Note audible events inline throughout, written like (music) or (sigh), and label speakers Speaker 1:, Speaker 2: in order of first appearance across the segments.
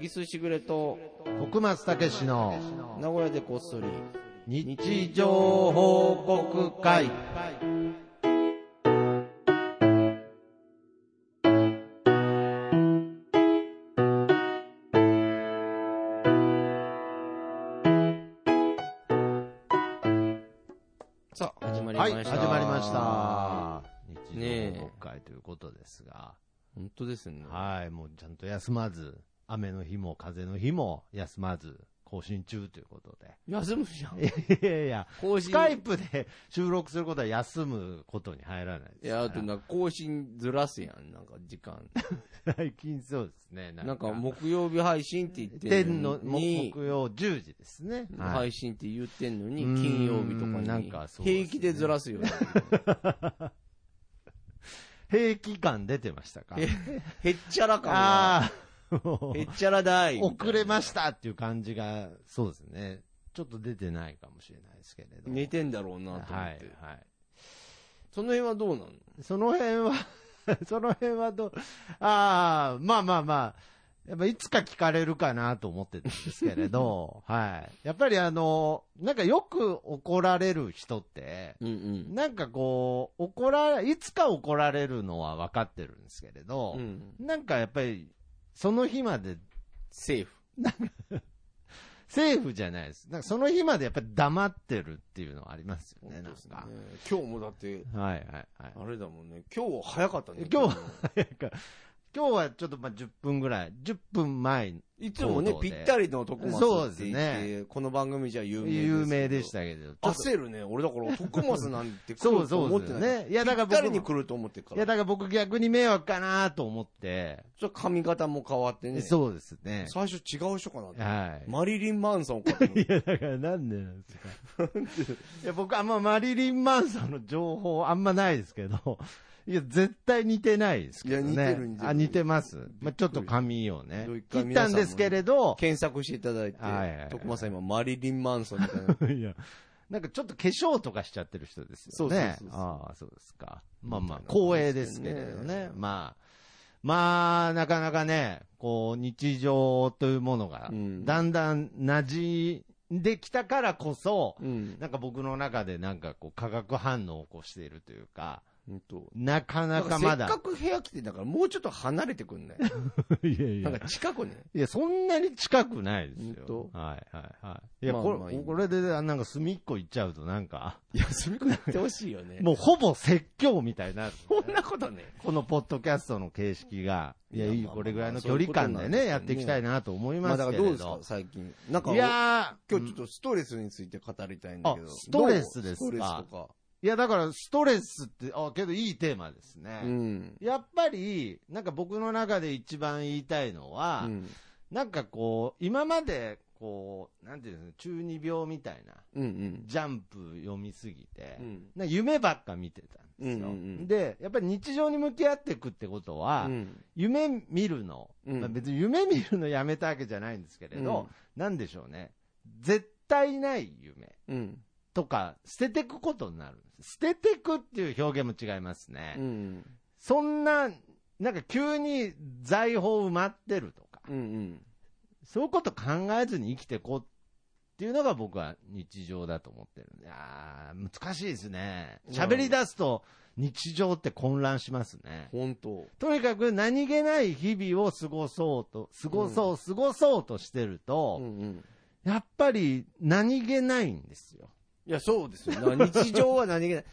Speaker 1: ギスしぐれと、
Speaker 2: 徳松たけしの
Speaker 1: 名古屋でこっそり、
Speaker 2: 日常報告会。
Speaker 1: さあ、始まりま
Speaker 2: は
Speaker 1: し
Speaker 2: い、
Speaker 1: た。
Speaker 2: 始まりまし。た。日
Speaker 1: ねえ
Speaker 2: 常報告会ということですが、
Speaker 1: 本当ですね。
Speaker 2: はい、もうちゃんと休まず、雨の日も風の日も休まず、更新中ということ
Speaker 1: 休むじゃん。
Speaker 2: で。 (laughs) いやいや、
Speaker 1: 更
Speaker 2: ス
Speaker 1: 新。
Speaker 2: カイプで収録することは休むことに入らない
Speaker 1: い
Speaker 2: です
Speaker 1: や、あ
Speaker 2: か
Speaker 1: と
Speaker 2: ら。
Speaker 1: なんか更新ずらすやん、なんか時間。
Speaker 2: 最近そうですね。な
Speaker 1: なんか木曜日配信って言って
Speaker 2: 天
Speaker 1: んの
Speaker 2: の
Speaker 1: に、
Speaker 2: 木曜10時ですね。はい
Speaker 1: 配信って言ってんのに、
Speaker 2: うん
Speaker 1: 金曜日とかに、
Speaker 2: なんかそうですね
Speaker 1: 平気でずらすよ。
Speaker 2: (laughs) 平気感出てましたか
Speaker 1: へへっちゃらかな。
Speaker 2: ああ、も
Speaker 1: へっちゃらだい。
Speaker 2: う遅れま
Speaker 1: し
Speaker 2: したっていう感じが、そうですね。ちょっと出てないかもしれないですけれど。
Speaker 1: 寝てんだろうなと思
Speaker 2: は
Speaker 1: っ
Speaker 2: い
Speaker 1: て。、
Speaker 2: はい。
Speaker 1: その辺はどうなの
Speaker 2: その辺は、 (laughs) その辺はどう、ああ、まあまあまあ、やっぱいつか聞かれるかなと思ってたんですけ
Speaker 1: (laughs)
Speaker 2: れど、はい。やっぱりあの、なんかよく怒られる人って、
Speaker 1: うんうん。
Speaker 2: なんかこう、怒ら、いつか怒られるのは分かってるんですけれど、
Speaker 1: うん。
Speaker 2: なんかやっぱり、その日まで
Speaker 1: セーフ。
Speaker 2: セーフじゃないです。なんかその日までやっぱり黙ってるっていうのはありますよね、なん
Speaker 1: ですね
Speaker 2: か。
Speaker 1: 今日もだって、
Speaker 2: はいはいはい。
Speaker 1: あれだもんね。今日早かったね。
Speaker 2: 今日
Speaker 1: も
Speaker 2: 今日はちょっとまあ10分ぐらい、10分前、
Speaker 1: (laughs) いつもね
Speaker 2: 行、動
Speaker 1: ぴ
Speaker 2: で
Speaker 1: ったりの徳
Speaker 2: そう
Speaker 1: 松
Speaker 2: で
Speaker 1: って
Speaker 2: すね
Speaker 1: 言って、この番組じゃ有名ですけど
Speaker 2: 有名でし。たけど、ちょっと
Speaker 1: 焦るね。俺だから、徳松なんて来
Speaker 2: そう
Speaker 1: ると
Speaker 2: そ
Speaker 1: 思
Speaker 2: う
Speaker 1: っ
Speaker 2: で
Speaker 1: て
Speaker 2: すよ
Speaker 1: ない。
Speaker 2: ね。いやだから
Speaker 1: ぴった
Speaker 2: 僕
Speaker 1: り
Speaker 2: も、
Speaker 1: に
Speaker 2: い
Speaker 1: 来ると思ってるか
Speaker 2: や
Speaker 1: ら。
Speaker 2: だから僕逆に迷惑かなと思って、
Speaker 1: ちょっと髪型も変わってね。
Speaker 2: そうですね。
Speaker 1: 最初違う人かなって
Speaker 2: はい。
Speaker 1: マリリン・マンソンかと思っ
Speaker 2: いやだからなんでなんですか。 (laughs) いや僕あんまマリリン・マンソンの情報あんまないですけど、いや絶対似てないですけどね。
Speaker 1: いや似てる似てる
Speaker 2: あ、似てます。まあちょっと髪をね
Speaker 1: どう一、回
Speaker 2: 切っ
Speaker 1: 皆さ
Speaker 2: た
Speaker 1: ん
Speaker 2: ん
Speaker 1: も
Speaker 2: ですけれど
Speaker 1: た。、検索していただ (laughs) いて
Speaker 2: はいはいはい、
Speaker 1: 徳松さん今、マリリン・マンソンみた (laughs) いな。
Speaker 2: いや、なんかちょっと化粧とかしちゃってる人ですよね。
Speaker 1: そうそうそうそう
Speaker 2: ああ、そうですか。まあまあ、
Speaker 1: みたいな
Speaker 2: 光栄ですけれどね。
Speaker 1: ね
Speaker 2: まあ、まあ、なかなかね、こう、日常というものが
Speaker 1: う、ん
Speaker 2: だんだん馴染んできたからこそ、
Speaker 1: うん。
Speaker 2: なんか僕の中でなんかこう、化学反応を起こしているというか、
Speaker 1: ほんと
Speaker 2: なか
Speaker 1: な
Speaker 2: なん
Speaker 1: か
Speaker 2: か
Speaker 1: せ
Speaker 2: ま
Speaker 1: っ
Speaker 2: だ。
Speaker 1: かく部屋来てんだから、もうちょっと離れてくんない (laughs)
Speaker 2: いやい
Speaker 1: なんか近くね。
Speaker 2: いや、そんなに近くないです
Speaker 1: ほん
Speaker 2: よ。
Speaker 1: と
Speaker 2: はいはいはい。いや、
Speaker 1: まあ
Speaker 2: これ、
Speaker 1: まあいい
Speaker 2: これで、なんか隅っこ行っちゃうとなんか、
Speaker 1: 休みくなってほしいよね。
Speaker 2: もうほぼ説教みたいな、
Speaker 1: そんなことね。
Speaker 2: このポッドキャストの形式が、いや、
Speaker 1: いや
Speaker 2: いい、
Speaker 1: まあまあ
Speaker 2: これぐらいの距離感で
Speaker 1: そういうことなんですよ
Speaker 2: ね、
Speaker 1: ね
Speaker 2: やっていきたいなと思い
Speaker 1: ま
Speaker 2: ま
Speaker 1: あ
Speaker 2: す
Speaker 1: だ
Speaker 2: けれ
Speaker 1: から
Speaker 2: ど。
Speaker 1: どうですか、最近。なんか、
Speaker 2: いやー、
Speaker 1: 今日ちょっとストレスについて語りたいんだけど。
Speaker 2: あストレスです
Speaker 1: ど
Speaker 2: か
Speaker 1: うストレスとか。
Speaker 2: いや、だからストレスって、あ、けどいいテーマですね。
Speaker 1: うん。
Speaker 2: やっぱり、なんか僕の中で一番言いたいのは、
Speaker 1: うん。
Speaker 2: なんかこう、今まで、こう、なんていうんですか、中二病みたいな、
Speaker 1: うんうん。
Speaker 2: ジャンプ読みすぎて、
Speaker 1: うん
Speaker 2: なんか夢ばっか見てたんですよ。
Speaker 1: うんうんうん
Speaker 2: で、やっぱり日常に向き合っていくってことは、
Speaker 1: うん
Speaker 2: 夢見るの、
Speaker 1: うん
Speaker 2: まあ、別に夢見るのやめたわけじゃないんですけれど、なんでしょうね、絶対ない夢
Speaker 1: うん。
Speaker 2: とか、捨ててくことになるんです。捨ててくっていう表現も違いますね。
Speaker 1: うん。
Speaker 2: そんな、なんか急に財宝埋まってるとか、
Speaker 1: うんうん。
Speaker 2: そういうこと考えずに生きてこうっていうのが僕は日常だと思ってるんで。あー難しいですね。喋り出すと日常って混乱しますね。
Speaker 1: 本当。
Speaker 2: とにかく何気ない日々を過ごそうと、過ごそう、過ごそうとしてる
Speaker 1: う
Speaker 2: と、
Speaker 1: んうん。
Speaker 2: やっぱり何気ないんですよ。
Speaker 1: いや、そうですよ。な日常は (laughs) 何気ない。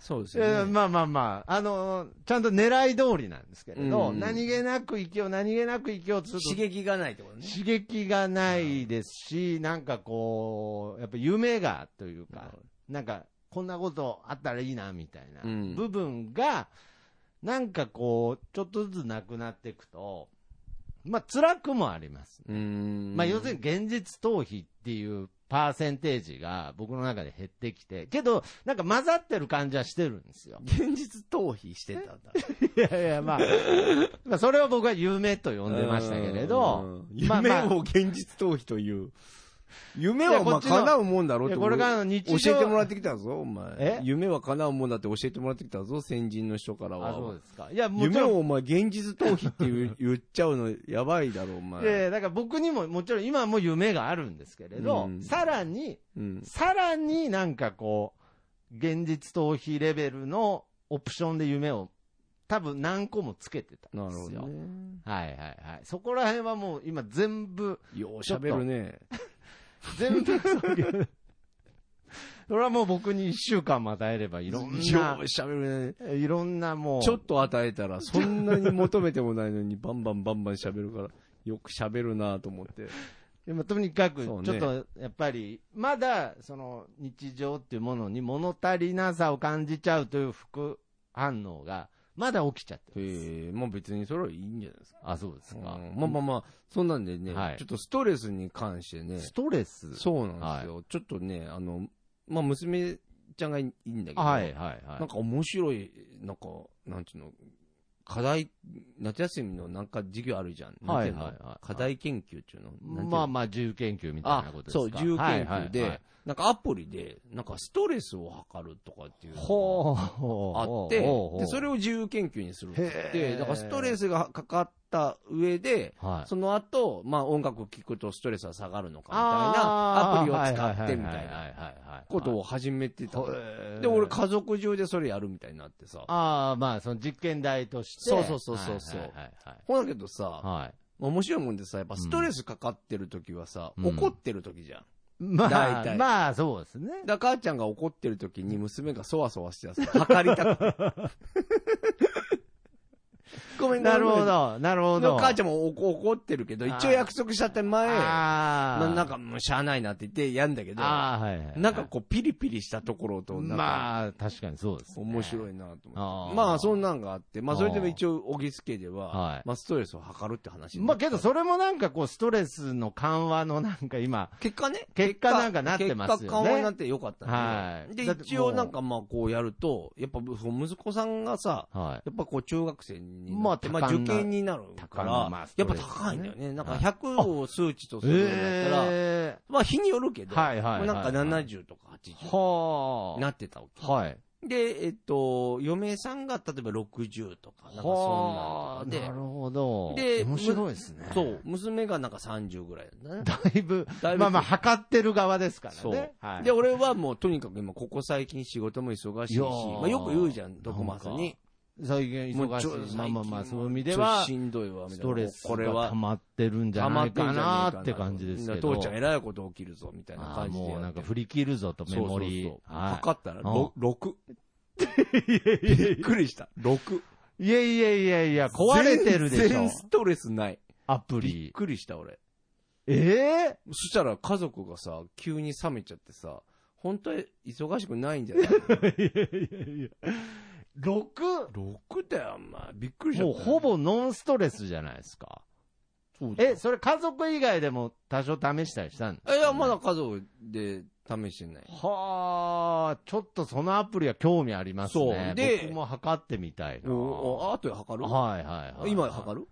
Speaker 1: そうです
Speaker 2: (laughs) えーまあまあまあ、あのー、ちゃんと狙い通りなんですけれど、
Speaker 1: うんうん
Speaker 2: 何気なく生きよう、何気なく生きようとすると、
Speaker 1: 刺激がないってことね。
Speaker 2: 刺激がないですし、なんかこう、やっぱ夢がという
Speaker 1: なる
Speaker 2: か
Speaker 1: ほ、
Speaker 2: なんかこんなことあったらいいなみたいな
Speaker 1: うん
Speaker 2: 部分が、なんかこう、ちょっとずつなくなっていくと、まあ辛くもあります。
Speaker 1: うん
Speaker 2: まあ要するに現実逃避っていうパーセンテージが僕の中で減ってきて、けどなんか混ざってる感じはしてるんですよ。
Speaker 1: (laughs) 現実逃避してたんだ。
Speaker 2: いやいやまあ、 (laughs) まあそれを僕は夢と呼んでましたけれど、
Speaker 1: うん夢
Speaker 2: まあまあ
Speaker 1: を現実逃避という。夢はまあ
Speaker 2: いやこっちの
Speaker 1: 叶うもんだろうっ
Speaker 2: いや
Speaker 1: て
Speaker 2: これ
Speaker 1: 俺
Speaker 2: からの日常。
Speaker 1: 教えてもらってきたぞ、お前。
Speaker 2: え
Speaker 1: 夢は叶うもんだって教えてもらってきたぞ、先人の人から
Speaker 2: あ、そう
Speaker 1: は。
Speaker 2: ですか。いや、もち
Speaker 1: 夢
Speaker 2: ろん
Speaker 1: をお前現実逃避って (laughs) 言う言っちゃうのやばいだろ、お前。
Speaker 2: ええだから僕にももちろん今も夢があるんですけれど、
Speaker 1: うん
Speaker 2: さらに、
Speaker 1: うん。
Speaker 2: さらになんかこう、現実逃避レベルのオプションで夢を多分何個もつけてた
Speaker 1: なんる
Speaker 2: で
Speaker 1: ほ
Speaker 2: すよ。
Speaker 1: どね。
Speaker 2: はいはいはい。そこら辺はもう今全部、 (laughs)
Speaker 1: よう喋るね。
Speaker 2: 全部、それはもう僕に一週間も与えればいろん
Speaker 1: よ
Speaker 2: な
Speaker 1: う、喋るね。
Speaker 2: いろんなもう、
Speaker 1: ちょっと与えたら、そんなに求めてもないのに、バンバンバンバン喋るから、よく喋るなと思って。
Speaker 2: でもとにかく、ち
Speaker 1: そ
Speaker 2: ょ
Speaker 1: う
Speaker 2: っ
Speaker 1: ね
Speaker 2: とやっぱり、まだその日常っていうものに物足りなさを感じちゃうという副反応が、まだ起きちゃってます。
Speaker 1: ええまあ別にそれはいいんじゃないですか。
Speaker 2: あ、そうです
Speaker 1: うん
Speaker 2: か。
Speaker 1: まあまあまあ、そんなんでね、
Speaker 2: はい
Speaker 1: ちょっとストレスに関してね、
Speaker 2: ストレス。
Speaker 1: そうなんですよ、ちょっとね、あの、まあ娘ちゃんがいいんだけど、
Speaker 2: はいはいはい。
Speaker 1: なんか面白い、なんか、なんていうの、課題、夏休みのなんか授業あるじゃん。なん
Speaker 2: はい
Speaker 1: てうの
Speaker 2: はいはい
Speaker 1: 課題研究っていうの。なんていうの
Speaker 2: まあまあ、自由研究みたいなことですか
Speaker 1: そう、自由研究で、
Speaker 2: はいはいはい
Speaker 1: なんかアプリで、なんかストレスを測るとかっていうのが
Speaker 2: ほ
Speaker 1: あ
Speaker 2: う。
Speaker 1: って、で、それ
Speaker 2: を、
Speaker 1: を自由研究にするって、
Speaker 2: へー
Speaker 1: だからストレスがかかった上で、
Speaker 2: はい。
Speaker 1: その後、まあ音楽を聴くとストレスは下がるのかみたいな、
Speaker 2: あー
Speaker 1: アプリを使ってみたい
Speaker 2: はは
Speaker 1: な
Speaker 2: ははいはい。
Speaker 1: ことを始めてた。
Speaker 2: はい。
Speaker 1: で、俺家族中でそれやるみたいになってさ。
Speaker 2: ああ、まあ、その実験台として。
Speaker 1: そうそうそうそうそう
Speaker 2: はいはいはい
Speaker 1: ほんだけどさ、
Speaker 2: はい。はい。
Speaker 1: 面白いもんでさ、やっぱストレスかかってる時はさ、
Speaker 2: うん
Speaker 1: 怒ってる時じゃん。
Speaker 2: ま
Speaker 1: 大体
Speaker 2: あ、まあ、そうですね。
Speaker 1: だから母ちゃんが怒ってる時に娘がそわそわしてさ、測りたくて。
Speaker 2: (laughs)
Speaker 1: ごめん
Speaker 2: なるほ。
Speaker 1: で
Speaker 2: ど、なるほど。
Speaker 1: も母ちゃんも怒怒ってるけど、一応約束しちゃった前、
Speaker 2: あ
Speaker 1: まあ
Speaker 2: あ。
Speaker 1: なんかもうしゃあないなって言ってやんだけど、
Speaker 2: ああ、はいはいはい。
Speaker 1: なんかこうピリピリしたところと、なんか
Speaker 2: まあ、確かにそうです、ね。
Speaker 1: 面
Speaker 2: い。
Speaker 1: 白いなと思っ
Speaker 2: あ
Speaker 1: て。
Speaker 2: ー
Speaker 1: まあそんなんがあって、まあそれでも
Speaker 2: あー
Speaker 1: 一応、小木助で
Speaker 2: は、
Speaker 1: はいまあストレスを測るって話に
Speaker 2: ま
Speaker 1: な
Speaker 2: あ
Speaker 1: った
Speaker 2: けど、それもなんかこう、ストレスの緩和のなんか今、
Speaker 1: 結果ね。
Speaker 2: 結果なんかなってますよね
Speaker 1: 結果緩和になってよかったね
Speaker 2: はい
Speaker 1: で、
Speaker 2: だって
Speaker 1: 一応なんかまあこうやると、やっぱそう息子さんがさ、
Speaker 2: はい。
Speaker 1: やっぱこう中学生に
Speaker 2: ま
Speaker 1: な
Speaker 2: あ
Speaker 1: って、
Speaker 2: 多
Speaker 1: ま
Speaker 2: 感
Speaker 1: あ
Speaker 2: な
Speaker 1: 受験になるか
Speaker 2: 多感
Speaker 1: ら
Speaker 2: なまあ、ス
Speaker 1: や
Speaker 2: ト
Speaker 1: っ
Speaker 2: レ
Speaker 1: ぱ
Speaker 2: ス
Speaker 1: 高いんだよね。なんか
Speaker 2: はい
Speaker 1: 100を数値とするんだったら、
Speaker 2: え
Speaker 1: まあ日によるけど、
Speaker 2: はいはいはい
Speaker 1: もうなんか
Speaker 2: はい
Speaker 1: 70とか
Speaker 2: え
Speaker 1: 80
Speaker 2: はあ。
Speaker 1: なってたわけ。
Speaker 2: はい。
Speaker 1: で、えっと、嫁さんが例えば60とか、なんかそんな
Speaker 2: なる
Speaker 1: んと
Speaker 2: ほど。
Speaker 1: で
Speaker 2: 面白いですね
Speaker 1: か。で、そう、娘がなんか30ぐらいだね。
Speaker 2: だいぶ、
Speaker 1: だいぶ
Speaker 2: (laughs) まあまあ、測ってる側ですからね。
Speaker 1: そう。
Speaker 2: はい。
Speaker 1: で、俺はもうとにかく今、ここ最近仕事も忙しいし、
Speaker 2: いやー
Speaker 1: まあ、よく言うじゃん、ドコマスに。
Speaker 2: 最近
Speaker 1: もう
Speaker 2: 忙
Speaker 1: ちょ
Speaker 2: し
Speaker 1: 最近
Speaker 2: い。まあまあまあ、そういう意味で
Speaker 1: ちょ
Speaker 2: は
Speaker 1: っとし、んどいわ、みたい
Speaker 2: ス
Speaker 1: な。
Speaker 2: トレス
Speaker 1: もうこれ
Speaker 2: が溜
Speaker 1: は、
Speaker 2: まってるんじゃないかなって感じですけど。
Speaker 1: 父ちゃん偉いこと起きるぞ、みたいな
Speaker 2: ああ
Speaker 1: 感じでやって。
Speaker 2: もうなんか振り切るぞとメモリー。
Speaker 1: そうそうそう
Speaker 2: はい
Speaker 1: かかったら、
Speaker 2: ん
Speaker 1: ろ6。びっくりした。6。
Speaker 2: (laughs) いやいやいやいや、壊れてるで
Speaker 1: 全
Speaker 2: しょ
Speaker 1: 然。ストレスない。
Speaker 2: アプ
Speaker 1: びっ
Speaker 2: リ。
Speaker 1: くりした、俺。
Speaker 2: ええ
Speaker 1: そしたら家族がさ、急に冷めちゃってさ、本当は忙しくないんじゃない
Speaker 2: (laughs)
Speaker 1: ?6
Speaker 2: いやいやいや。6?
Speaker 1: だよ、お前。びっくりしちゃ
Speaker 2: もう
Speaker 1: った。
Speaker 2: ほぼノンストレスじゃないですか。
Speaker 1: そうだよ
Speaker 2: え、それ家族以外でも多少試したりしたんですか
Speaker 1: いや、まだ家族で試してない。
Speaker 2: はあ、ちょっとそのアプリは興味あります
Speaker 1: そう
Speaker 2: ね。
Speaker 1: で
Speaker 2: 僕も測ってみたいな。
Speaker 1: あとで測る
Speaker 2: はいはいはい。
Speaker 1: 今測る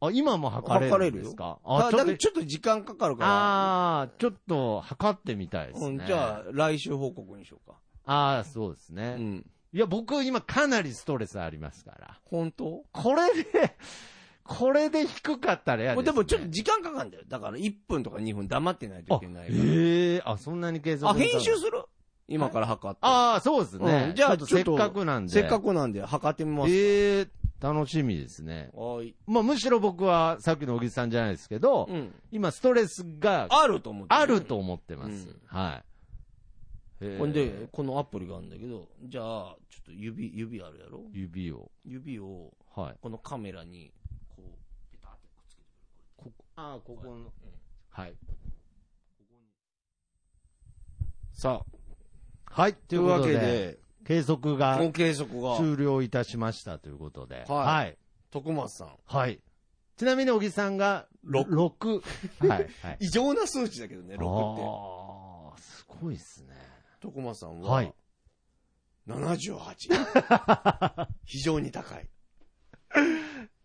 Speaker 2: あ、今も測れるんですか
Speaker 1: あ、
Speaker 2: あ、ち
Speaker 1: だ
Speaker 2: ょ
Speaker 1: っ
Speaker 2: ってと、
Speaker 1: ちょっと時間かかるか
Speaker 2: あーちょっと測ってみたいで
Speaker 1: ら。
Speaker 2: す
Speaker 1: うん
Speaker 2: ね。
Speaker 1: じゃあ、来週報告にしようか。
Speaker 2: ああ、そうです
Speaker 1: う
Speaker 2: ね。
Speaker 1: ん。
Speaker 2: いや、僕今かなりストレスありますから。
Speaker 1: 本当
Speaker 2: これで、 (laughs) これで低かったらや
Speaker 1: も
Speaker 2: で
Speaker 1: う
Speaker 2: す、
Speaker 1: で
Speaker 2: ね。
Speaker 1: もちょっと時間かかるんだよ。だから1分とか2分黙ってないといけない
Speaker 2: え
Speaker 1: か
Speaker 2: えあ、そんなに計
Speaker 1: ら。あ、
Speaker 2: 測
Speaker 1: 編集
Speaker 2: す
Speaker 1: する今から測って。
Speaker 2: ああ、そうですね。
Speaker 1: うんじ
Speaker 2: じ
Speaker 1: ゃ
Speaker 2: ゃ
Speaker 1: あ
Speaker 2: あ、せっかくなんで。
Speaker 1: せっかくなんで測ってみます。
Speaker 2: ええ楽しみですね。
Speaker 1: はい。
Speaker 2: まあ、むしろ僕は、さっきの小木さんじゃないですけど、
Speaker 1: うん。
Speaker 2: 今、ストレスが
Speaker 1: あると思って。
Speaker 2: ある。と思ってます。
Speaker 1: うん
Speaker 2: はい。えー
Speaker 1: ほんで、このアプリがあるんだけど、じゃあ、ちょっと指、指あるやろ
Speaker 2: 指を。
Speaker 1: 指を、
Speaker 2: はい。
Speaker 1: このカメラに、こう、ペタってくっつけて
Speaker 2: ここ、ああ、ここの、はい。
Speaker 1: さあ、
Speaker 2: はい、と
Speaker 1: と
Speaker 2: い
Speaker 1: いうう
Speaker 2: わ
Speaker 1: わけ
Speaker 2: けで、
Speaker 1: で、
Speaker 2: 計測が
Speaker 1: もう計測が、
Speaker 2: 終了いたしましたということで。
Speaker 1: はい
Speaker 2: はい。
Speaker 1: 徳松さん。
Speaker 2: はいちなみに、小木さんが、
Speaker 1: 六
Speaker 2: (laughs) 六はい。はい。
Speaker 1: 異常な数値だけどね、6って。
Speaker 2: ああ、すごいですね。
Speaker 1: 徳松さん
Speaker 2: は、
Speaker 1: はい
Speaker 2: (laughs)
Speaker 1: 78。非常に高い。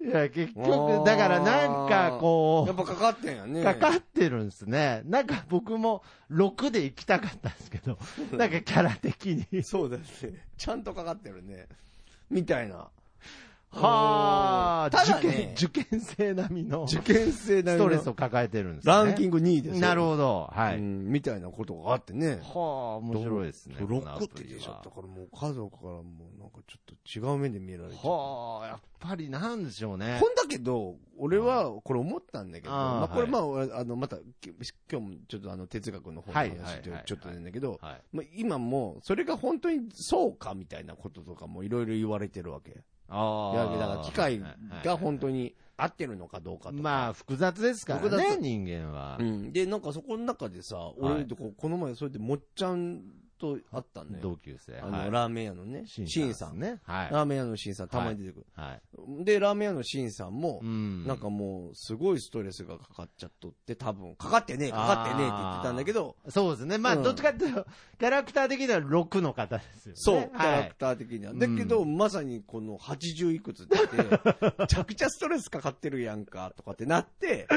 Speaker 2: いいや、結
Speaker 1: あー
Speaker 2: 局、だからなんかこ
Speaker 1: やっ
Speaker 2: う、
Speaker 1: ぱかかってんやね。
Speaker 2: かかってるんですね。なんか僕も6で行きたかったんですけど、なんかキャラ的に。
Speaker 1: (laughs) そうだね。ちゃんとかかってるね。みたいな。
Speaker 2: はあ、
Speaker 1: ただ
Speaker 2: 受
Speaker 1: ね
Speaker 2: 験、受験生並みの
Speaker 1: 受
Speaker 2: ス
Speaker 1: 験生並みの
Speaker 2: トレスを抱えてるんですね。
Speaker 1: ランキング2位ですよ。
Speaker 2: なるほど。は
Speaker 1: う
Speaker 2: い。
Speaker 1: んみたいなことがあってね。
Speaker 2: はあ、面白いですね。
Speaker 1: ロ
Speaker 2: この
Speaker 1: ッ
Speaker 2: ア
Speaker 1: クっ
Speaker 2: プ
Speaker 1: て
Speaker 2: リ
Speaker 1: 出
Speaker 2: は
Speaker 1: ちゃったから、もう家族からもうなんかちょっと違う目で見られて。
Speaker 2: はあ、やっぱりなんでしょうね
Speaker 1: ほ。んだけど、俺はこれ思ったんだけど、
Speaker 2: あー
Speaker 1: まあこれ
Speaker 2: はい
Speaker 1: まあ、俺あの、また、き今日もちょっとあの、哲学の方の
Speaker 2: はいはいはい
Speaker 1: 話でちょっとなんだけど、
Speaker 2: はい。
Speaker 1: まあ今も、それが本当にそうかみたいなこととかもいろいろ言われてるわけ。
Speaker 2: あ
Speaker 1: いやだから機械が本当
Speaker 2: に。
Speaker 1: に合ってるのかどうかとか。
Speaker 2: まあ、複雑ですから
Speaker 1: 複
Speaker 2: ね
Speaker 1: 雑、
Speaker 2: 人間は
Speaker 1: う。ん、で、なんかそこの中でさ、
Speaker 2: は
Speaker 1: 俺
Speaker 2: い
Speaker 1: とこ、この前、それでもっちゃんと会ったんだよ。
Speaker 2: 同級生。
Speaker 1: あの、
Speaker 2: はい
Speaker 1: ラーメン屋のね、しんさん。
Speaker 2: ね。はい。
Speaker 1: ラーメン屋のしんさん、たまに出てく
Speaker 2: はい。
Speaker 1: る。で、ラーメン屋のしんさんも
Speaker 2: う、ん
Speaker 1: なんか、もう、すごいストレスがかかっちゃっとって、多分、かかってねえ、かかってねえって言ってたんだけど、
Speaker 2: そうですね。まあ、
Speaker 1: うん
Speaker 2: どっちかっていうと、キャラクター的には6の方ですよね。
Speaker 1: そう、キ
Speaker 2: は
Speaker 1: ャラ
Speaker 2: い
Speaker 1: ク。ター的には。
Speaker 2: うん
Speaker 1: だけど、まさにこの80いくつって、
Speaker 2: (laughs)
Speaker 1: めちゃくちゃストレスかかってるやんか、とかってなって、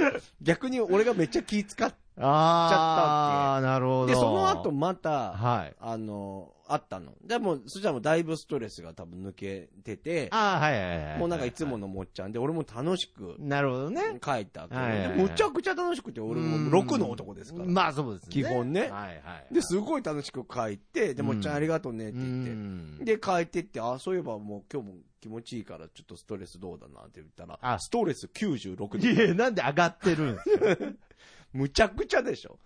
Speaker 1: 逆に俺がめっちゃ気使っ
Speaker 2: ああ、なるほど。
Speaker 1: て、その後、また、
Speaker 2: はい。
Speaker 1: あの、あったの。でも、そしたらもうだいぶストレスが多分抜けてて、
Speaker 2: ああ、はいはいはいはい。
Speaker 1: もうなんかいつものもっちゃんで、俺も楽しく
Speaker 2: なるほどね。
Speaker 1: 書いたわけ
Speaker 2: はいはい
Speaker 1: で
Speaker 2: はい
Speaker 1: むちゃくちゃ楽しくて、俺
Speaker 2: うん
Speaker 1: も6の男ですから。
Speaker 2: まあ、そうですね。
Speaker 1: 基本ね
Speaker 2: はいはい。
Speaker 1: で、すごい楽しく書いて、で、
Speaker 2: うん
Speaker 1: もっちゃんありがとうねっ
Speaker 2: う
Speaker 1: て言って。
Speaker 2: ん
Speaker 1: で、書いてって、あ、そういえばもう今日も気持ちいいから、ちょっとストレスどうだなって言ったら、
Speaker 2: あ
Speaker 1: ストレス96
Speaker 2: い
Speaker 1: で、
Speaker 2: や、なんで上がってるん
Speaker 1: (laughs)
Speaker 2: ですか
Speaker 1: むちゃくちゃでしょ。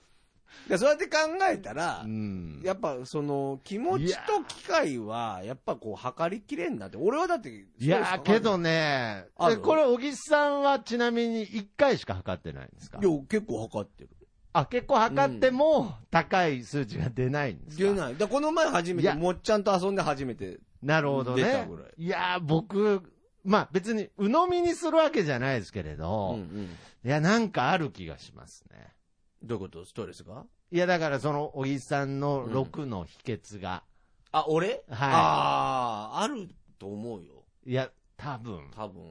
Speaker 1: で、そうやって考えたら
Speaker 2: う、ん
Speaker 1: やっぱその気持ちと機械はやっぱこう測りきれんなって俺はだって
Speaker 2: いやー、けどね、
Speaker 1: ある
Speaker 2: でこれ、小木さんはちなみに1回しか測ってないんですか
Speaker 1: いや結構測ってる
Speaker 2: あ、結構測っても高い数値が出ないんですか、
Speaker 1: 出ないだからこの前初め
Speaker 2: い
Speaker 1: て
Speaker 2: や
Speaker 1: もっちゃんと遊んで初めて
Speaker 2: なるほど
Speaker 1: 出た
Speaker 2: ね
Speaker 1: ぐらい。
Speaker 2: いやー、僕、まあ別に鵜呑みにするわけじゃないですけれ
Speaker 1: うん
Speaker 2: ど、
Speaker 1: うん
Speaker 2: いや、なんかある気がしますね。
Speaker 1: どういうことストレスが
Speaker 2: いや、だからその、小木さんの6の秘訣が、
Speaker 1: あ俺
Speaker 2: は
Speaker 1: あああると思うよ
Speaker 2: い。いや、多分。
Speaker 1: 多分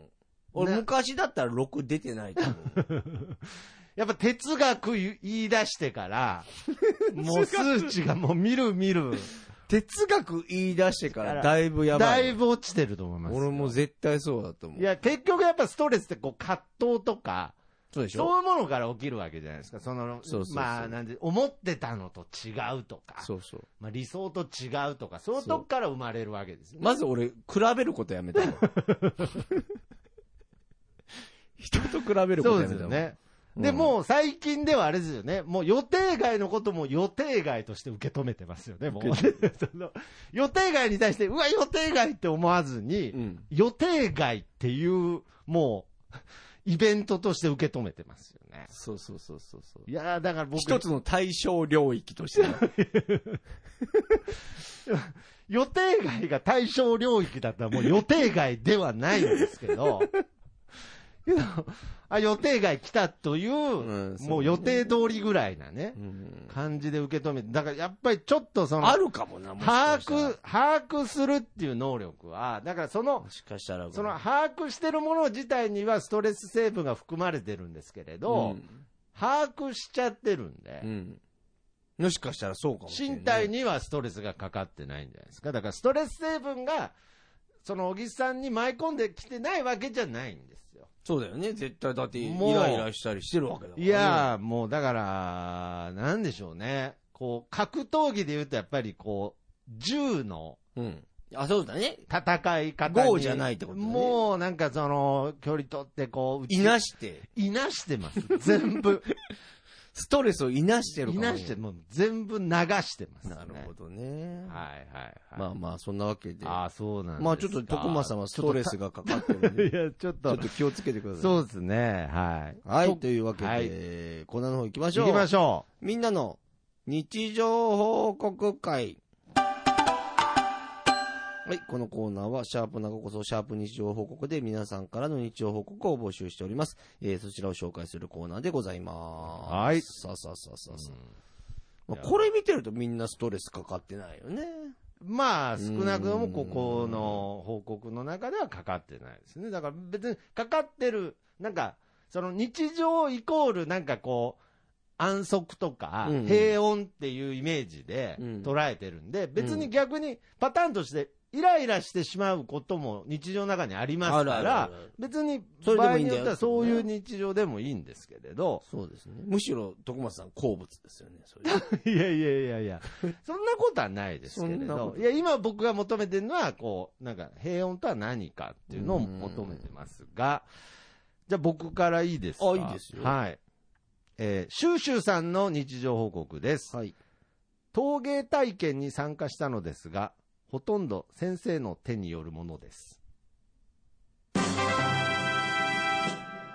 Speaker 1: 俺
Speaker 2: ね
Speaker 1: 昔だったら6出てないと思
Speaker 2: (laughs)
Speaker 1: う
Speaker 2: やっぱ哲学言い出してから、
Speaker 1: (laughs)
Speaker 2: もう数値がもう見る見る、
Speaker 1: 哲学言い出してからだいぶやば
Speaker 2: だ
Speaker 1: い
Speaker 2: いぶ落ちてると思いますよ。
Speaker 1: 俺も絶対そうだと思う
Speaker 2: いや、結局やっぱストレスってこう葛藤とか、
Speaker 1: そうでしょ
Speaker 2: そういうものから起きるわけじゃないですか。その、
Speaker 1: そうそうそう
Speaker 2: まあ、なんで、思ってたのと違うとか、
Speaker 1: そうそう
Speaker 2: まあ、理想と違うとか、そういうとこから生まれるわけですよね。
Speaker 1: まず俺、比べることやめたもん (laughs) 人と比べるこ
Speaker 2: そ
Speaker 1: と
Speaker 2: う
Speaker 1: やめた
Speaker 2: です
Speaker 1: も
Speaker 2: よ
Speaker 1: ん。
Speaker 2: ね。
Speaker 1: うん
Speaker 2: で、もう最近ではあれですよね。もう予定外のことも予定外として受け止めてますよね、もう。
Speaker 1: 受
Speaker 2: (laughs) その予定外に対して、うわ、予定外って思わずに、
Speaker 1: うん。
Speaker 2: 予定外っていう、もう、イベントとして受け止めてますよね。
Speaker 1: そうそうそうそうそう。
Speaker 2: いやーだから僕、
Speaker 1: 一つの対象領域として。
Speaker 2: 予定外が対象領域だったらもう予定外ではないんですけ
Speaker 1: (laughs)
Speaker 2: ど、けどあ予定外来たという、
Speaker 1: んそう
Speaker 2: もう予定通りぐらいなね
Speaker 1: う、ん
Speaker 2: 感じで受け止めて、だからやっぱりちょっとその、
Speaker 1: あるかもな、もし
Speaker 2: 把
Speaker 1: かしたら
Speaker 2: 握、把握するっていう能力は、だからその
Speaker 1: も、しかしたら。
Speaker 2: その把握してるもの自体にはストレス成分が含まれてるんですけれど、把握しちゃってるんで、
Speaker 1: うん、うん。もしかしたらそうかもしれない。
Speaker 2: 身体。にはストレスがかかってないんじゃないですか。だからストレス成分が、その小木さんに舞い込んできてないわけじゃないんですよ。
Speaker 1: そうだよね。絶対、だって、イ
Speaker 2: もう
Speaker 1: ライラしたりしてるわけだから、
Speaker 2: いやー、もうだから、なんでしょうね。こう、格闘技で言うとやっぱりこう、銃の
Speaker 1: うん。あ、そうだね。
Speaker 2: 戦い方に。
Speaker 1: ゴーじゃないってことね
Speaker 2: もうなんかその、距離取ってこう、打ち
Speaker 1: いなして、
Speaker 2: いなしてます。全部。
Speaker 1: ストレスを (laughs) いなしてる
Speaker 2: い
Speaker 1: かも
Speaker 2: なして、もう全部流してます、ね。
Speaker 1: なるほ。どね。
Speaker 2: はいはいはい。
Speaker 1: まあまあ、そんなわけで。
Speaker 2: ああ、そうなんですか
Speaker 1: まあちょっと徳間さんはストレスがかかってるん
Speaker 2: (laughs) い
Speaker 1: で、
Speaker 2: や、ちょっ
Speaker 1: ちょ
Speaker 2: と
Speaker 1: っ、と気をつけてください。
Speaker 2: そうですね、はい。
Speaker 1: はい、
Speaker 2: と
Speaker 1: というわけで、
Speaker 2: はい
Speaker 1: コーナーの方行きましょう。
Speaker 2: 行きましょ
Speaker 1: みんなの日常報告会。はい、このコーナーは、シャープなごこそ、シャープ日常報告で皆さんからの日常報告を募集しております。えー、そちらを紹介するコーナーでございます。
Speaker 2: はい
Speaker 1: さあさあさあさあさあ
Speaker 2: う。
Speaker 1: まあこれ見てるとみんなストレスかかってないよね。
Speaker 2: まあ、少なくともここの報告の中ではかかってないですね。だから別にかかってる、なんか、その日常イコールなんかこう、安息とか
Speaker 1: うんうん
Speaker 2: 平穏っていうイメージで
Speaker 1: うん
Speaker 2: 捉えてるんで、別に逆にパターンとしてイライラしてしまうことも日常の中にありますか
Speaker 1: あるあ
Speaker 2: ら
Speaker 1: るある、
Speaker 2: 別に
Speaker 1: それでも
Speaker 2: 場合
Speaker 1: いいん
Speaker 2: に
Speaker 1: だよ
Speaker 2: よってはそういう日常でもいいんですけ
Speaker 1: (laughs)
Speaker 2: れど、
Speaker 1: そうですね。むしろ、徳松さん好物ですよね、そ
Speaker 2: (laughs)
Speaker 1: れ。
Speaker 2: いやいやいやいや、そんなことはないですけれ
Speaker 1: そんなこ
Speaker 2: ど、
Speaker 1: と
Speaker 2: いや、今僕が求めてるのは、こう、なんか、平穏とは何かっていうのを求めてますが、じゃあ僕からいいですか
Speaker 1: あいいですよ
Speaker 2: はい。えー、シューシューさんの日常報告です。
Speaker 1: はい。
Speaker 2: 陶芸体験に参加したのですが、ほとんど先生の手によるものです。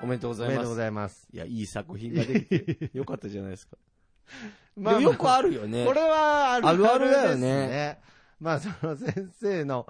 Speaker 1: おめでとうご
Speaker 2: お
Speaker 1: ざ
Speaker 2: め
Speaker 1: い
Speaker 2: でと
Speaker 1: ま
Speaker 2: うご
Speaker 1: す。
Speaker 2: ざいます。
Speaker 1: いや、いい作品ができて、よかったじゃないですか。
Speaker 2: (laughs) まあ
Speaker 1: でもよくあるよね。
Speaker 2: これはあるあ
Speaker 1: あ
Speaker 2: る
Speaker 1: るあるだよね
Speaker 2: ですね。まあ、その先生の、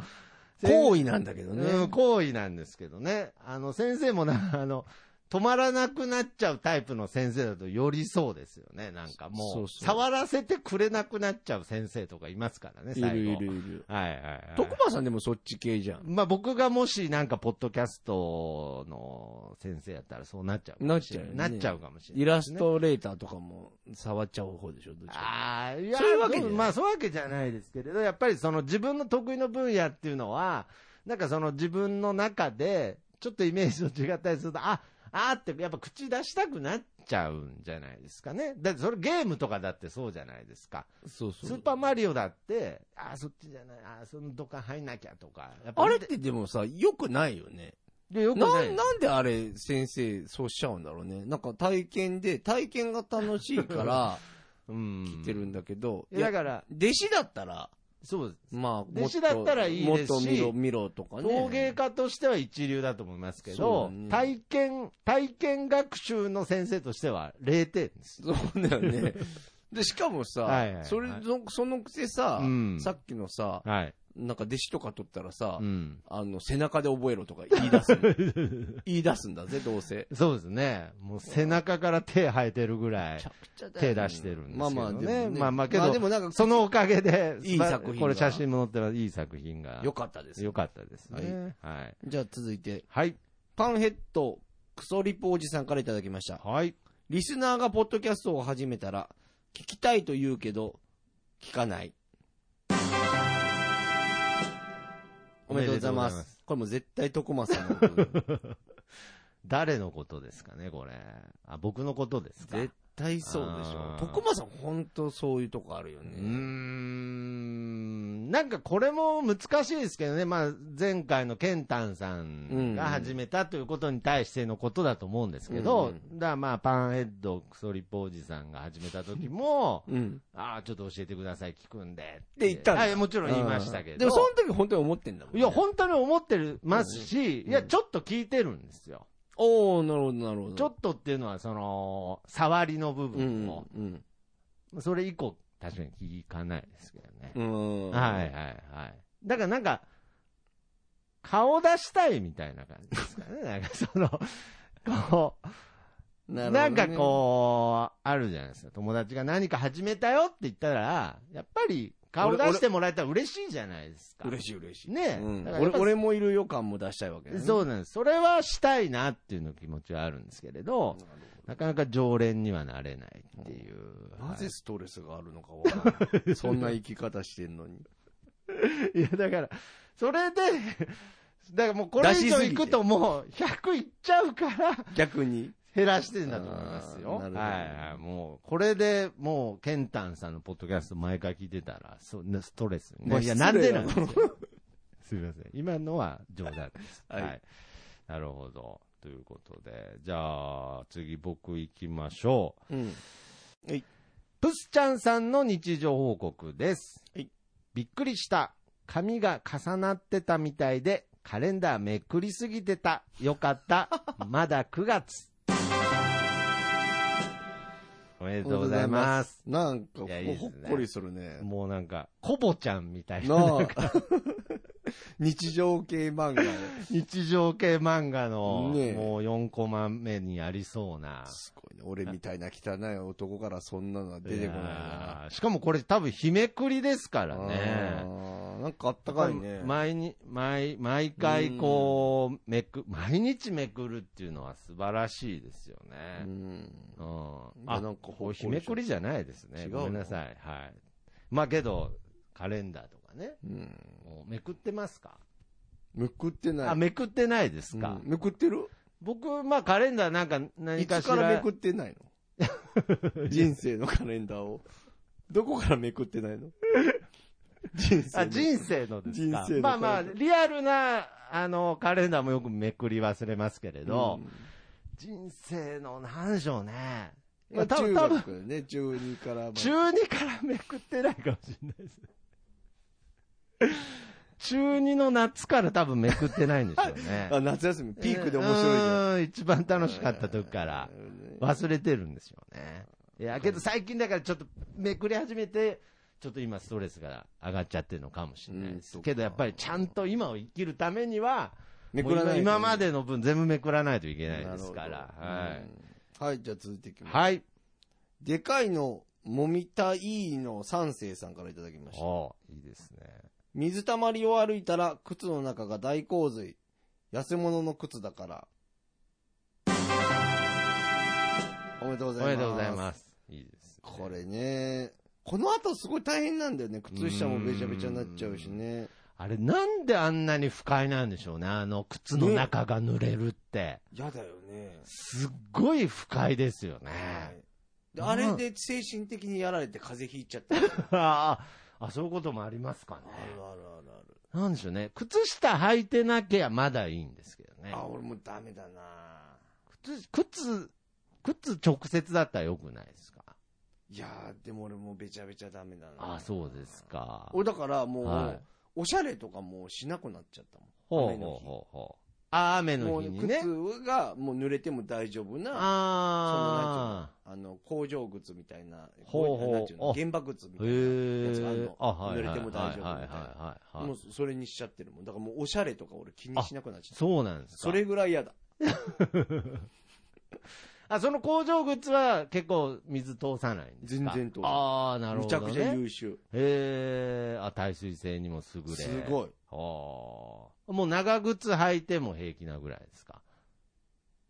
Speaker 1: 行為なんだけどね。
Speaker 2: うん、行為なんですけどね。あの、先生もな、 (laughs) あの、止まらなくなっちゃうタイプの先生だとよりそうですよね。なんかもう、
Speaker 1: そうそう
Speaker 2: 触らせてくれなくなっちゃう先生とかいますからね、
Speaker 1: い
Speaker 2: 最後。
Speaker 1: るいるいる。
Speaker 2: はいはい、はい。
Speaker 1: 徳間さんでもそっち系じゃん。
Speaker 2: まあ僕がもしなんか、ポッドキャストの先生やったらそうなっちゃうかもし
Speaker 1: なっちゃ
Speaker 2: れ
Speaker 1: うよね
Speaker 2: なっちゃうかもしれない。
Speaker 1: イラス。トレーターとかも触っちゃう方でしょ、どっちか
Speaker 2: ああ、いや、
Speaker 1: そういうわけじゃない
Speaker 2: まあそういうわけじゃないですけれど、やっぱりその自分の得意の分野っていうのは、なんかその自分の中で、ちょっとイメージと違ったりすると、あ、あーってやっぱ口出したくなっちゃうんじゃないですかね。だってそれゲームとかだってそうじゃないですか。
Speaker 1: そうそう。
Speaker 2: スーパーマリオだって、あーそっちじゃない、あーそのどっか入んなきゃとか。やっぱ
Speaker 1: あれってでもさ、良くないよね。
Speaker 2: いやよく
Speaker 1: な
Speaker 2: ない
Speaker 1: ん、なんであれ、先生、そうしちゃうんだろうね。なんか体験で、体験が楽しいから、
Speaker 2: うん。
Speaker 1: 来てるんだけど、
Speaker 2: いやだから、
Speaker 1: 弟子だったら、
Speaker 2: そうです。
Speaker 1: まあ、
Speaker 2: 弟子だったらいいですし
Speaker 1: もっと見ろ、見ろとかね。
Speaker 2: 陶芸家としては一流だと思いますけ
Speaker 1: そう
Speaker 2: ど、
Speaker 1: だね
Speaker 2: 体験、体験学習の先生としては0点です。
Speaker 1: そうだよね。で、しかもさ、
Speaker 2: はいはいはい
Speaker 1: それの、そのくせさ、
Speaker 2: うん
Speaker 1: さっきのさ、
Speaker 2: はい。
Speaker 1: なんか弟子とか取ったらさ、
Speaker 2: うん。
Speaker 1: あの、背中で覚えろとか言い
Speaker 2: (laughs)
Speaker 1: 出す。言い出すんだぜ、どうせ。
Speaker 2: そうですね。もう背中から手生えてるぐら
Speaker 1: め
Speaker 2: い
Speaker 1: ちゃ。くちゃだよ
Speaker 2: 手出してるんですけどね
Speaker 1: まあまあ、でも
Speaker 2: まあまあけど
Speaker 1: でもなんか、
Speaker 2: そのおかげで、
Speaker 1: いい作品が
Speaker 2: これ写真も載ってます。いい作品が。
Speaker 1: 良かったです。
Speaker 2: よかったですね。はい。
Speaker 1: じゃあ続いて、
Speaker 2: はい。
Speaker 1: パンヘッド、クソリポおじさんからいただきました。
Speaker 2: はい。
Speaker 1: リスナーがポッドキャストを始めたら、聞きたいと言うけど、聞かない。おめでとうございます。
Speaker 2: おめでとうございま
Speaker 1: これもう絶対徳間さんの
Speaker 2: (laughs)
Speaker 1: こと。
Speaker 2: 誰のことですかね、これ。あ、僕のことですか。
Speaker 1: 絶対そうでしょ
Speaker 2: あ。ー
Speaker 1: 徳間さん本当そういうとこあるよ
Speaker 2: うー
Speaker 1: ね。
Speaker 2: んなんかこれも難しいですけどね、まあ、前回のケンタンさんが始めたということに対してのことだと思うんですけど、
Speaker 1: う
Speaker 2: だからまあパンヘッド、クソリポおじさんが始めた時も、
Speaker 1: うん。
Speaker 2: ああ、ちょっと教えてください、聞くんでっ
Speaker 1: で言ったんだ
Speaker 2: はいもちろん言いましたけど、
Speaker 1: でもその時本当に思ってんだもん、
Speaker 2: いや、本当に思ってますし、
Speaker 1: うん
Speaker 2: いや、ちょっと聞いてるんですよ。
Speaker 1: おおなるほど、なるほど。
Speaker 2: ちょっとっていうのは、その、触りの部
Speaker 1: うん
Speaker 2: 分を、
Speaker 1: うん。
Speaker 2: それ以降、確かに聞かないですけどね。
Speaker 1: うん。うん。
Speaker 2: はいはいはい。だからなんか、顔出したいみたいな感じですか
Speaker 1: (laughs)
Speaker 2: ね。なんかその、こ
Speaker 1: なるほどね
Speaker 2: う、なんかこう、あるじゃないですか。友達が何か始めたよって言ったら、やっぱり顔出してもらえたら嬉しいじゃないですか。
Speaker 1: 嬉しい嬉しい。
Speaker 2: ねえ
Speaker 1: うん
Speaker 2: だからや
Speaker 1: 俺
Speaker 2: っぱ
Speaker 1: 俺もいる予感も出したいわけだね。
Speaker 2: そうなんです。それはしたいなっていうの気持ちはあるんですけれど、なかなか常連にはなれないっていう。
Speaker 1: なぜストレスがあるのかわからない。そんな生き方してんの
Speaker 2: (laughs)
Speaker 1: に。
Speaker 2: いや、だから、それで、 (laughs) だからもうこれ以上行くともう100いっちゃうから、
Speaker 1: 逆に。
Speaker 2: 減らしてんだと思いますよ。
Speaker 1: あーな
Speaker 2: は
Speaker 1: る
Speaker 2: い
Speaker 1: ほど
Speaker 2: はい。もう、これでもう、ケンタンさんのポッドキャスト毎回聞いてたら、そうねストレス、
Speaker 1: もう
Speaker 2: いや、な
Speaker 1: 失
Speaker 2: ん
Speaker 1: 礼
Speaker 2: で
Speaker 1: な
Speaker 2: なんですよ。 (laughs) すみません。今のは冗談です。
Speaker 1: はい
Speaker 2: なるほど。ということで、じゃあ、次僕行きましょう。
Speaker 1: うん。
Speaker 2: プスちゃんさんの日常報告です。
Speaker 1: はい
Speaker 2: びっくりした。髪が重なってたみたいで、カレンダーめくりすぎてた。よかった。
Speaker 1: (laughs)
Speaker 2: まだ9月。おめでとうございます。。
Speaker 1: なんか、ほ
Speaker 2: いやいいです
Speaker 1: ほっ
Speaker 2: ね
Speaker 1: こりするね。
Speaker 2: もうなんか、コボちゃんみたいな、
Speaker 1: なあ。 (laughs) 日常系漫画
Speaker 2: 日常系漫画の、
Speaker 1: ねえ
Speaker 2: もう4コマ目にありそうな。
Speaker 1: すごいね。俺みたいな汚い男からそんなのは出てこない
Speaker 2: やーしかもこれ多分日めくりですから
Speaker 1: な。
Speaker 2: ね。
Speaker 1: あーなんかあったかいね。
Speaker 2: 毎日、毎、毎回こう、めく、毎日めくるっていうのは素晴らしいですよ
Speaker 1: う
Speaker 2: ね。
Speaker 1: ん。
Speaker 2: うん。
Speaker 1: いや
Speaker 2: あ、
Speaker 1: な
Speaker 2: なんん
Speaker 1: か
Speaker 2: かこう、日めくりじゃないです
Speaker 1: 違
Speaker 2: ね。
Speaker 1: うの
Speaker 2: ごめんなさい。はい。まあけど、カレンダーとかね。
Speaker 1: うん。
Speaker 2: もうめくってますか
Speaker 1: めくってない。
Speaker 2: あ、めくってないですか、
Speaker 1: うんめくってる
Speaker 2: 僕、まあカレンダーなんか何
Speaker 1: い
Speaker 2: か
Speaker 1: つ
Speaker 2: し。
Speaker 1: かららめくってない
Speaker 2: (laughs)
Speaker 1: の人生のカレンダーを。どこからめくってないの人生の。
Speaker 2: あ、人生のですか
Speaker 1: 人生の
Speaker 2: まあま
Speaker 1: カレ
Speaker 2: あ、
Speaker 1: ンダ
Speaker 2: リアルな、あの、カレンダーもよくめくり忘れますけれど、
Speaker 1: うん
Speaker 2: 人生の、なんでしょうね。
Speaker 1: まあ、
Speaker 2: 多
Speaker 1: 中
Speaker 2: 分多分
Speaker 1: 学ね、中二からまあ。
Speaker 2: 中2からめくってないかもしれないです。
Speaker 1: (laughs)
Speaker 2: 中2の夏から多分めくってないんでしょうね。
Speaker 1: あ、夏休み、ピークで面白いじゃん。
Speaker 2: うーん一番楽しかった時から忘れてるんですよね。いや、けど最近だからちょっとめくり始めて、ちょっと今ストレスが上がっちゃってるのかもしれないで
Speaker 1: う
Speaker 2: す。
Speaker 1: ん
Speaker 2: けどやっぱりちゃんと今を生きるためには、
Speaker 1: めくらない。
Speaker 2: 今までの分全部めくらないといけないですか
Speaker 1: なる
Speaker 2: ら。
Speaker 1: ほど
Speaker 2: は
Speaker 1: うんはい、じゃあ続いていき
Speaker 2: い。
Speaker 1: ます。
Speaker 2: はい。
Speaker 1: でかいの、もみたいの三世さんからいただきました。
Speaker 2: おいいですね。
Speaker 1: 水たまりを歩いたら、靴の中が大洪水。安物の靴だから。おめでとうご
Speaker 2: お
Speaker 1: ざいます。
Speaker 2: めでとうございます。いいです、ね。
Speaker 1: これね、この後すごい大変なんだよね。靴下もべちゃべちゃになっちゃうしね。
Speaker 2: あれ、なんであんなに不快なんでしょうね。あの、靴の中が濡れるって。
Speaker 1: やだよね。
Speaker 2: すっごい不快ですよね。
Speaker 1: はいで
Speaker 2: うん
Speaker 1: あれで精神的にやられて風邪ひいちゃった。あ
Speaker 2: (laughs) あーあ、そういうこともありますかね。
Speaker 1: るあるあるある。
Speaker 2: なんでしょうね。靴下履いてなきゃまだいいんですけどね。
Speaker 1: あ、俺もうダメだな
Speaker 2: 靴、靴、靴直接だったら良くないですか。
Speaker 1: いやー、でも俺もうべちゃべちゃダメだな
Speaker 2: あーそうです。か。
Speaker 1: 俺だからもう、
Speaker 2: はい
Speaker 1: おしゃれとかもうしなくなっちゃったもん。
Speaker 2: ほう
Speaker 1: 雨の日
Speaker 2: ほうほうほう。あー雨
Speaker 1: も
Speaker 2: の
Speaker 1: う
Speaker 2: 日にね。
Speaker 1: 靴がもう濡れても大丈夫な、あ
Speaker 2: あ
Speaker 1: の、工場靴みたいな、
Speaker 2: ほうほう
Speaker 1: なんていうの
Speaker 2: あ
Speaker 1: 現場靴み
Speaker 2: あ。
Speaker 1: たいなやつがある
Speaker 2: へえ
Speaker 1: の。。
Speaker 2: あ、はい。
Speaker 1: 濡れても大丈夫みたいな
Speaker 2: はいはいはいはい
Speaker 1: も
Speaker 2: は
Speaker 1: う
Speaker 2: い。
Speaker 1: それにしちゃってるもん。だからもうおしゃれとか俺気にしなくなっちゃった。
Speaker 2: そうなんですか。
Speaker 1: それぐらい嫌だ。
Speaker 2: あ、その工場靴は結構水通さないんですか
Speaker 1: 全然通る
Speaker 2: ああ、なる
Speaker 1: む
Speaker 2: ほ
Speaker 1: ちゃ
Speaker 2: ど、ね。
Speaker 1: くちゃ優秀。
Speaker 2: へえ、あ、耐水性にも優れ。
Speaker 1: す
Speaker 2: い。
Speaker 1: ごい。
Speaker 2: あーもう長靴履いても平気なぐらいですか。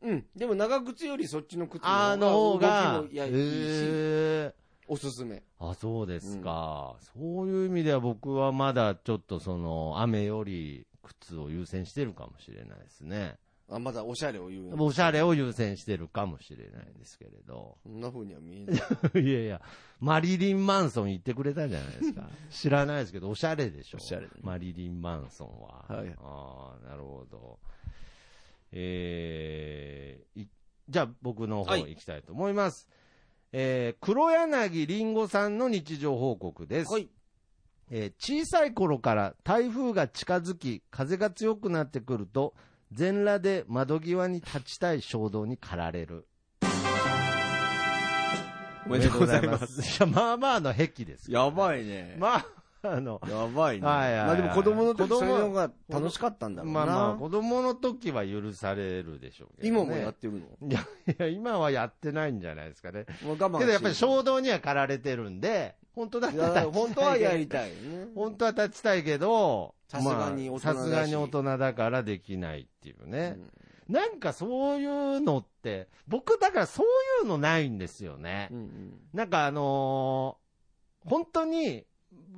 Speaker 1: うん。でも長靴よりそっちの靴
Speaker 2: あ
Speaker 1: の
Speaker 2: の
Speaker 1: 方
Speaker 2: 方が
Speaker 1: が、動きも
Speaker 2: へ
Speaker 1: やいいし、
Speaker 2: え。
Speaker 1: おすすめ。
Speaker 2: あ、そうですか、そういう意味では僕はまだちょっとその、雨より靴を優先してるかもしれないですね。
Speaker 1: あ、まだおしゃれを言うの。
Speaker 2: おしゃれを優先してるかもしれないですけれど。
Speaker 1: そんな風には見えない。
Speaker 2: (laughs) いやいや、マリリン・マンソン言ってくれたじゃないで
Speaker 1: (laughs)
Speaker 2: すか。知らないですけど、おしゃれでしょ。
Speaker 1: おしゃれだね
Speaker 2: マリリン・マンソンは。
Speaker 1: はい
Speaker 2: ああ、なるほど。えー、いじゃあ僕の方
Speaker 1: はい
Speaker 2: 行きたいと思います。えー、黒柳りんごさんの日常報告です。
Speaker 1: はい。
Speaker 2: えー小さい頃から台風が近づき、風が強くなってくると、全裸で窓際に立ちたい衝動に駆られる。
Speaker 1: おめでとうございま
Speaker 2: おめ
Speaker 1: す。
Speaker 2: でとう (laughs) ございます。いや、まあまあの癖ですか
Speaker 1: (laughs)
Speaker 2: らね、
Speaker 1: やばいね。
Speaker 2: まあ、あの、
Speaker 1: やばいね。
Speaker 2: はいはいはい
Speaker 1: まあでも子供の時
Speaker 2: 子供
Speaker 1: そういうのが楽しかったんだろうな。
Speaker 2: まあまあ、子供の時は許されるでしょうけど、ね。
Speaker 1: 今もやってるの。
Speaker 2: いや、いや、今はやってないんじゃないですかね。
Speaker 1: もう我慢
Speaker 2: けどやっぱり
Speaker 1: し
Speaker 2: 衝動には駆られてるんで、本当だってた
Speaker 1: るい
Speaker 2: ら
Speaker 1: や本当はやりたいよね。
Speaker 2: 本当は立ちたいけど、
Speaker 1: さすがに大人だし
Speaker 2: まあさすがに大人だからできないっていうね。なんかそういうのって、僕だからそういうのないんですよね。
Speaker 1: うんうん
Speaker 2: なんかあのー本当に、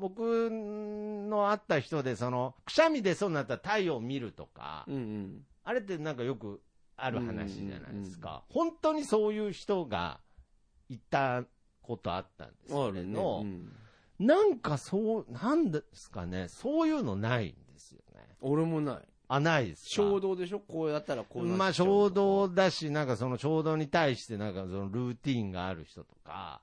Speaker 2: 僕の会った人で、その、くしゃみ出そうになったら太陽を見るとか、
Speaker 1: うん。うんうん。
Speaker 2: あれってなんかよくある話じゃないですか。本当にそういう人がいたことあったんですけ
Speaker 1: あ
Speaker 2: れ
Speaker 1: るね。
Speaker 2: ど、
Speaker 1: うん
Speaker 2: なんかそう、なんですかね、そういうのないんですよね。
Speaker 1: 俺もない。
Speaker 2: あ、ないですか。
Speaker 1: 衝動でしょこうやったらこうなっちゃう
Speaker 2: まあ衝動だし、なんかその衝動に対してなんかそのルーティンがある人とか、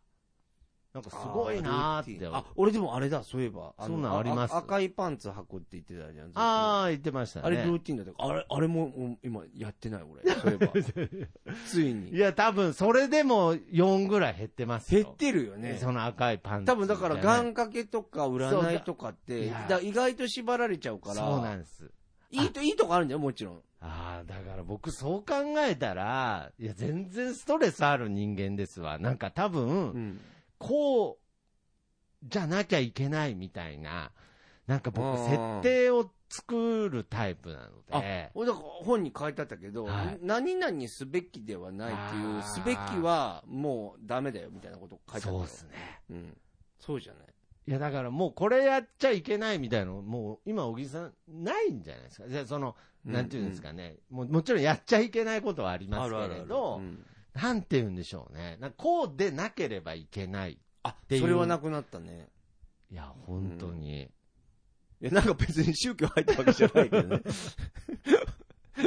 Speaker 2: なんかすごいなーって
Speaker 1: あ、俺でもあれだ、そういえば。の
Speaker 2: そんなんあります
Speaker 1: 赤いパンツ履くって言ってたじゃん。ずっと
Speaker 2: ああ、言ってましたね。
Speaker 1: あれルーティンだったあれ、あれももう今やってない俺。そういえば。 (laughs) つい
Speaker 2: い
Speaker 1: に。
Speaker 2: や、多分、それでも4ぐらい減ってますよ。
Speaker 1: 減ってるよね。
Speaker 2: その赤いパンツ。
Speaker 1: 多分だから願掛けとか占いとかっ
Speaker 2: そう
Speaker 1: て、
Speaker 2: だいや
Speaker 1: だ意外と縛られちゃうから、
Speaker 2: そうなんです。
Speaker 1: いいと、いいとこあるんだよ、もちろん。
Speaker 2: ああ、だから僕そう考えたら、いや、全然ストレスある人間ですわ。なんか多分、
Speaker 1: うん。
Speaker 2: こう、じゃなきゃいけないみたいな、なんか僕、
Speaker 1: うん
Speaker 2: 設定を作るタイプなので、
Speaker 1: 俺だから本に書いてあったけど、
Speaker 2: はい
Speaker 1: 何々すべきではないっていう、
Speaker 2: あー
Speaker 1: すべきはもうダメだよみたいなこと書いてあった
Speaker 2: そう
Speaker 1: よ
Speaker 2: ですね。
Speaker 1: うん。そうじゃない。
Speaker 2: いや、だからもうこれやっちゃいけないみたいなの、もう今、小木さん、ないんじゃないですか。じゃあその、なんていうんですかね、もうもちろんやっちゃいけないことはあり
Speaker 1: うん、
Speaker 2: ますけれど
Speaker 1: う、ん
Speaker 2: なんて言うんでしょうね。なんかこうでなければいけない。
Speaker 1: あ
Speaker 2: ていう
Speaker 1: それはなくなったね。
Speaker 2: いや、本当に。
Speaker 1: いや、なんか別に宗教入ったわけじゃないけ (laughs) どね。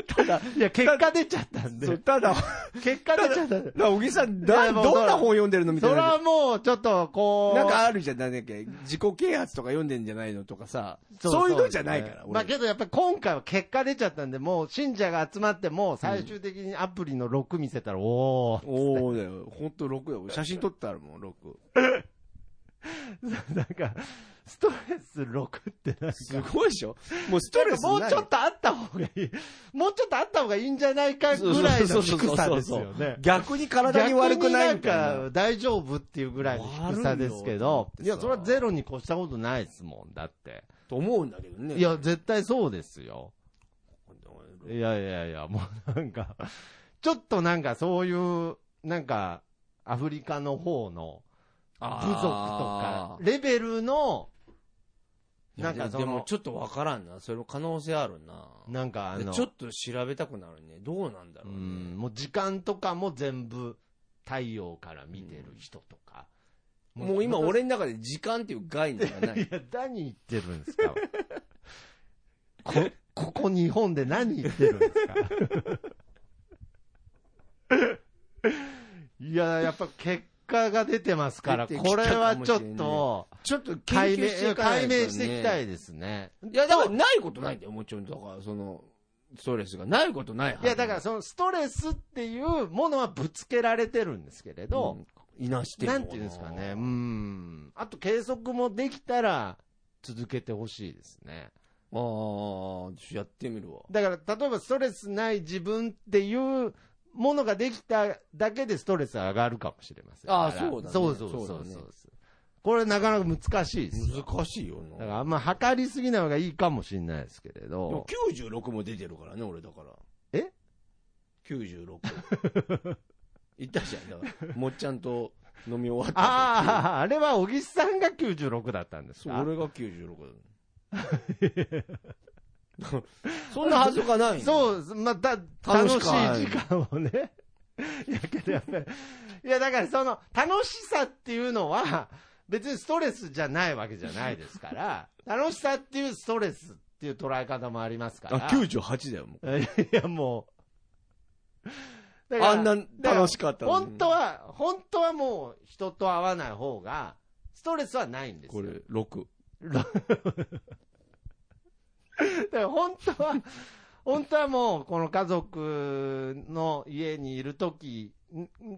Speaker 1: ただ、
Speaker 2: いや、結果出ちゃったん
Speaker 1: そう
Speaker 2: で。
Speaker 1: ただ、
Speaker 2: 結果出ちゃったんで。
Speaker 1: な小木さん、
Speaker 2: い
Speaker 1: だ
Speaker 2: やもう
Speaker 1: どんな本読んでるのみ
Speaker 2: そ
Speaker 1: たい
Speaker 2: れ
Speaker 1: な。
Speaker 2: はもう、ちょっと、こう。
Speaker 1: なんかあるじゃん、なんだっけ、自己啓発とか読んでんじゃないのとかさ、そういうのじゃないから、
Speaker 2: まあ
Speaker 1: 俺。
Speaker 2: けどやっぱり今回は結果出ちゃったんで、もう信者が集まって、もう最終的にアプリの6見せたら、おー、
Speaker 1: おおだよ、ほんと6だよ。 (laughs) 写真撮ってあるもん、6。
Speaker 2: なんか、ストレス6ってなんか
Speaker 1: (laughs) すごいでしょもうストレス
Speaker 2: も
Speaker 1: ないう
Speaker 2: ちょっとあった方がいい。もうちょっとあった方がいいんじゃないかぐらいの低さですよね。
Speaker 1: 逆に体に悪くないみたい
Speaker 2: 逆に
Speaker 1: な
Speaker 2: なんか大丈夫っていうぐらいの低さですけど
Speaker 1: 悪。い
Speaker 2: い
Speaker 1: よ
Speaker 2: や、それはゼロに越したことないですもん、だって。
Speaker 1: と思うんだけどね。
Speaker 2: いや、絶対そうですよ。
Speaker 1: うん、
Speaker 2: いやいやいや、もうなんか、ちょっとなんかそういう、なんか、アフリカの方の部族とか
Speaker 1: あ、ー
Speaker 2: レベルの、
Speaker 1: いや
Speaker 2: なんかその
Speaker 1: でもちょっとわからんな。それも可能性あるな。
Speaker 2: なんかあ
Speaker 1: で
Speaker 2: の、
Speaker 1: ちょっと調べたくなるね。どうなんだ
Speaker 2: う
Speaker 1: ろうね。
Speaker 2: ん、もう時間とかも全部太陽から見てる人とか。
Speaker 1: もう今、俺の中で時間っていう概念がないい。
Speaker 2: や、何言ってるんですかこ、ここ日本で何言ってるんですかいや、やっぱ結果が出てますから、
Speaker 1: 出てき
Speaker 2: こ
Speaker 1: たかも
Speaker 2: れ
Speaker 1: しれんね
Speaker 2: はちょっと、
Speaker 1: ちょっと解
Speaker 2: 解
Speaker 1: 明
Speaker 2: 明
Speaker 1: してい、かない
Speaker 2: 解
Speaker 1: とね
Speaker 2: 明していきたいですね。
Speaker 1: いや、だからないことないんだよ、もちろん。だから、その、ストレスが。ないことないはず
Speaker 2: いや、だから、そのストレスっていうものはぶつけられてるんですけれど、
Speaker 1: うん、いなしてる
Speaker 2: な
Speaker 1: の
Speaker 2: んていうんですかね。う
Speaker 1: あ
Speaker 2: ん。あと、計測もできたら、続けてほしいですね。
Speaker 1: あー、やってみるわ。
Speaker 2: だから、例えばストレスない自分っていうものができただけでストレスが上がるかもしれません。
Speaker 1: あー
Speaker 2: から
Speaker 1: そうだね
Speaker 2: そうそうそ
Speaker 1: そ
Speaker 2: うそうう
Speaker 1: だね
Speaker 2: これなかなか難しいですよ。
Speaker 1: 難しいよ
Speaker 2: だ
Speaker 1: な。
Speaker 2: からあんま測りすぎない方がいいかもしれないですけれ
Speaker 1: でも
Speaker 2: ど。
Speaker 1: 96も出てるからね、俺だから。
Speaker 2: え
Speaker 1: ?96。言ったじゃん。だから、もっちゃんと飲み終わった後。あ
Speaker 2: ああ、あれは小木さんが96だったんです
Speaker 1: そう、
Speaker 2: か
Speaker 1: 俺が96だ。
Speaker 2: (laughs)
Speaker 1: そんなはずがない
Speaker 2: そう、まあ、だ、楽
Speaker 1: 楽
Speaker 2: し
Speaker 1: し
Speaker 2: い
Speaker 1: い
Speaker 2: 時間をね。いや、けどやっぱり、いや、だからその、楽しさっていうのは、別にストレスじゃないわけじゃないですから、楽しさっていうストレスっていう捉え方もありますから。
Speaker 1: あ、98だよ、もう。
Speaker 2: いや、もう。だから
Speaker 1: あんな楽しかったのに
Speaker 2: 本当は、本当はもう人と会わない方が、ストレスはないんですよ。
Speaker 1: これ、6。
Speaker 2: だから本当は、 (laughs) 本当はもう、この家族の家にいる時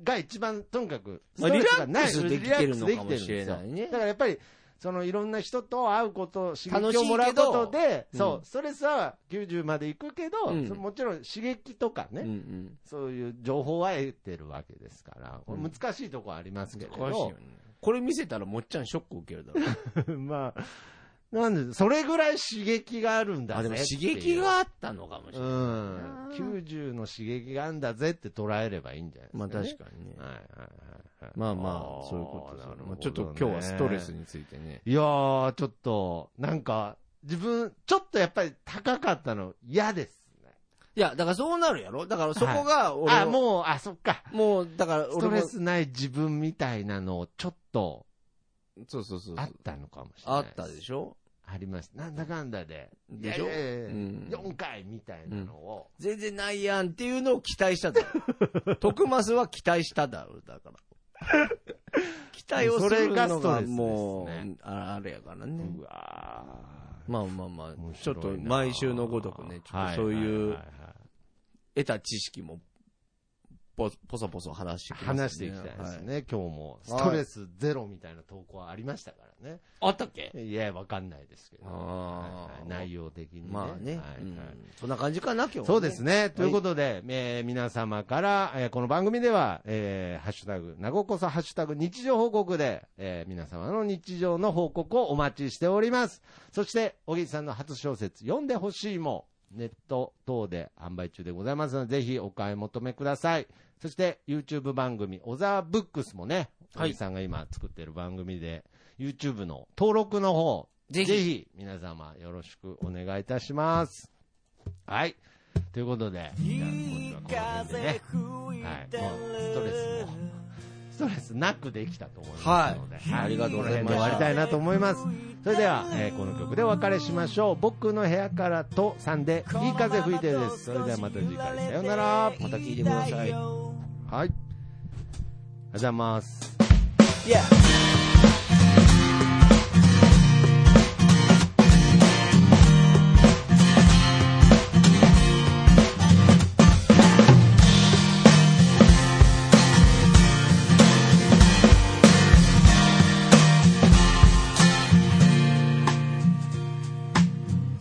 Speaker 2: が一番、とにかく、
Speaker 1: まあ、リラック
Speaker 2: スト
Speaker 1: ス
Speaker 2: レ
Speaker 1: で
Speaker 2: スが
Speaker 1: きてるのかもしれ
Speaker 2: リラックスできてるんですよ
Speaker 1: ないね
Speaker 2: だ。からやっぱり、そのいろんな人と会うこと、刺激
Speaker 1: 楽しい
Speaker 2: を
Speaker 1: けど
Speaker 2: もらうことで、
Speaker 1: うん
Speaker 2: そう、ストレスは90まで行くけど、
Speaker 1: うん
Speaker 2: そもちろん刺激とかね、
Speaker 1: うんうん。
Speaker 2: そういう情報は得てるわけですから、これ
Speaker 1: うん
Speaker 2: 難しいところありますけれ
Speaker 1: 難しいよ
Speaker 2: ど
Speaker 1: ね、。これ見せたらもっちゃんショック受けるだろう。(laughs)
Speaker 2: (laughs) まあ、なんで、それぐらい刺激があるんだ
Speaker 1: あ、
Speaker 2: ぜ
Speaker 1: で
Speaker 2: って
Speaker 1: も
Speaker 2: いう。
Speaker 1: 刺激があったのかもしれ
Speaker 2: う
Speaker 1: ない。
Speaker 2: ん。90の刺激があんだぜって捉えればいいんじゃないです
Speaker 1: ま
Speaker 2: か、
Speaker 1: あ
Speaker 2: ね。
Speaker 1: 確かにね。
Speaker 2: はいはいはいはい。
Speaker 1: まあまあ、そういうことですよねまあちょっと今日はストレス。についてね。
Speaker 2: いやー、ちょっと、なんか、自分、ちょっとやっぱり高かったの嫌ですね。
Speaker 1: いや、だからそうなるやろだからそこが俺、
Speaker 2: あ、もう、あ、そっか。
Speaker 1: う、もう、だから
Speaker 2: ス
Speaker 1: 俺
Speaker 2: ト
Speaker 1: も
Speaker 2: レ、スない自分みたいなのをちょっと
Speaker 1: そうそうそうそう。
Speaker 2: あったのかもしれな
Speaker 1: あ
Speaker 2: い
Speaker 1: っ
Speaker 2: す。
Speaker 1: たでしょ
Speaker 2: ありました。なんだかんだで。
Speaker 1: でしょ
Speaker 2: いやいやいや
Speaker 1: うん
Speaker 2: 4回みたいなのを。
Speaker 1: 全然ないやんっていうのを期待しただ (laughs) ろ。徳マスは期待しただろ、だから。 (laughs) 期待をするの
Speaker 2: それがストレ
Speaker 1: が
Speaker 2: スですね
Speaker 1: もう、ああれやからね。
Speaker 2: うわー
Speaker 1: まあまあまあ
Speaker 2: 面、
Speaker 1: ちょ
Speaker 2: 白
Speaker 1: っ
Speaker 2: いな
Speaker 1: と毎週のごとくね、ちょっとそう
Speaker 2: は
Speaker 1: いう
Speaker 2: はは
Speaker 1: 得た知識もぽ、ぽそぽそ話してきますね
Speaker 2: 話していきたいです
Speaker 1: はい
Speaker 2: ね、今日も。ストレスゼロみたいな投稿はありましたからね。
Speaker 1: あったっけ
Speaker 2: い、や、わかんないですけど。
Speaker 1: あ
Speaker 2: はい
Speaker 1: ー
Speaker 2: はい内容的にね。
Speaker 1: まあね、
Speaker 2: はいはい
Speaker 1: うんそんな感じかな、今日は、
Speaker 2: そうです。ね。ということで、えー皆様から、えーこの番組では、えーハッシュタグ、なごこそハッシュタグ日常報告で、えー皆様の日常の報告をお待ちしております。そして、小木さんの初小説、読んでほしいも、ネット等で販売中でございますので、ぜひお買い求めください。そして、YouTube 番組、小沢ブックスもね、
Speaker 1: はい
Speaker 2: 小木さんが今作ってる番組で、YouTube の登録の方、
Speaker 1: ぜひ
Speaker 2: ぜひ皆様よろしくお願いいたします。はい。ということで、じゃあ今週はこの辺でね、はい、もうストレスも、ストレスなくできたと思いますので、はい
Speaker 1: ありがとうございまし
Speaker 2: この辺で終
Speaker 1: た
Speaker 2: わりたいなと思います。それでは、えーこの曲でお別れしましょう。僕の部屋からとさんで、いい風吹いてるです。それではまた次回、さようなら。
Speaker 1: また聞いてください。
Speaker 2: はい。おはようございます。
Speaker 3: Yeah.「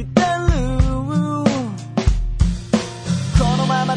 Speaker 3: いてる」このまま